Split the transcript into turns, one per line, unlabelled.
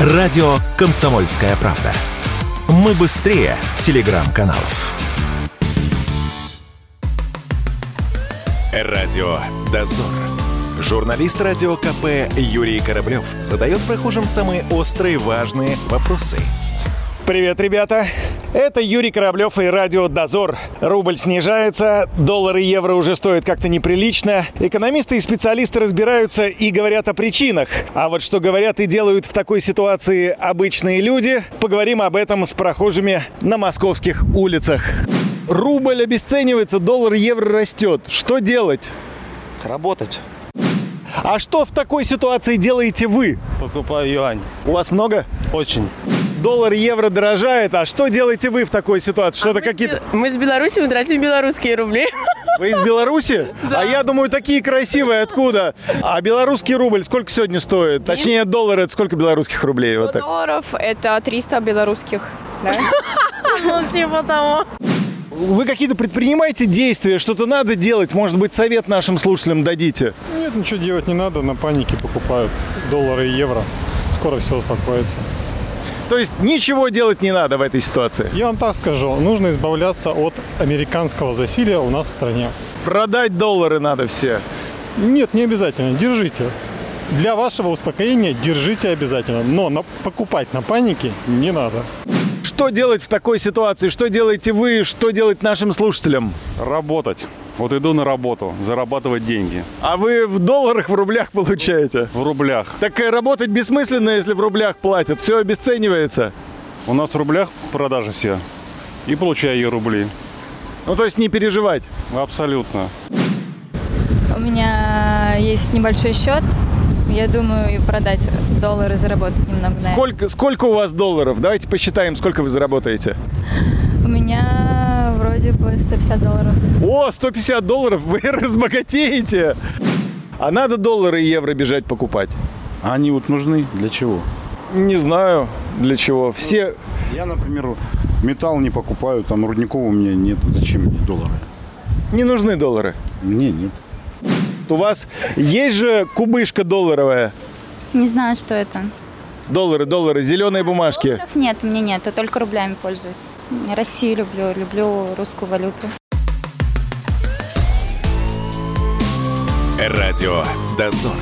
Радио «Комсомольская правда». Мы быстрее телеграм-каналов. Радио «Дозор». Журналист радио КП Юрий Кораблев задает прохожим самые острые важные вопросы.
Привет, ребята! Это Юрий Кораблев и радио «Дозор». Рубль снижается, доллар и евро уже стоят как-то неприлично. Экономисты и специалисты разбираются и говорят о причинах. А вот что говорят и делают в такой ситуации обычные люди, поговорим об этом с прохожими на московских улицах. Рубль обесценивается, доллар и евро растет. Что делать?
Работать.
А что в такой ситуации делаете вы?
Покупаю юань.
У вас много?
Очень.
Доллар, евро дорожает. А что делаете вы в такой ситуации? Что-то
А мы
какие-то...
с Бе- Мы с Беларусью тратим белорусские рубли.
Вы из Беларуси? А я думаю, такие красивые, откуда? А белорусский рубль сколько сегодня стоит? Точнее, доллар это сколько белорусских рублей? Вот так.
долларов это 300 белорусских.
Ну, типа того. ну.
Вы какие-то предпринимаете действия, что-то надо делать, может быть, совет нашим слушателям дадите.
Нет, ничего делать не надо, на панике покупают доллары и евро. Скоро все успокоится.
То есть ничего делать не надо в этой ситуации.
Я вам так скажу, нужно избавляться от американского засилия у нас в стране.
Продать доллары надо все.
Нет, не обязательно, держите. Для вашего успокоения держите обязательно, но на- покупать на панике не надо.
Что делать в такой ситуации? Что делаете вы? Что делать нашим слушателям?
Работать. Вот иду на работу, зарабатывать деньги.
А вы в долларах, в рублях получаете?
В рублях.
Так э, работать бессмысленно, если в рублях платят. Все обесценивается.
У нас в рублях продажи все. И получаю ее рубли.
Ну, то есть не переживать.
Абсолютно.
У меня есть небольшой счет. Я думаю и продать доллары, заработать немного. на этом.
Сколько, сколько у вас долларов? Давайте посчитаем, сколько вы заработаете.
У меня вроде бы 150 долларов.
О, 150 долларов, вы разбогатеете. А надо доллары и евро бежать покупать?
А они вот нужны для чего?
Не знаю для чего. Все...
Я, например, металл не покупаю, там рудников у меня нет. Зачем мне доллары?
Не нужны доллары.
Мне нет.
У вас есть же кубышка долларовая.
Не знаю, что это.
Доллары, доллары, зеленые бумажки.
Долларов Нет, у меня нет, я только рублями пользуюсь. Я Россию люблю, люблю русскую валюту.
Радио «Дозор».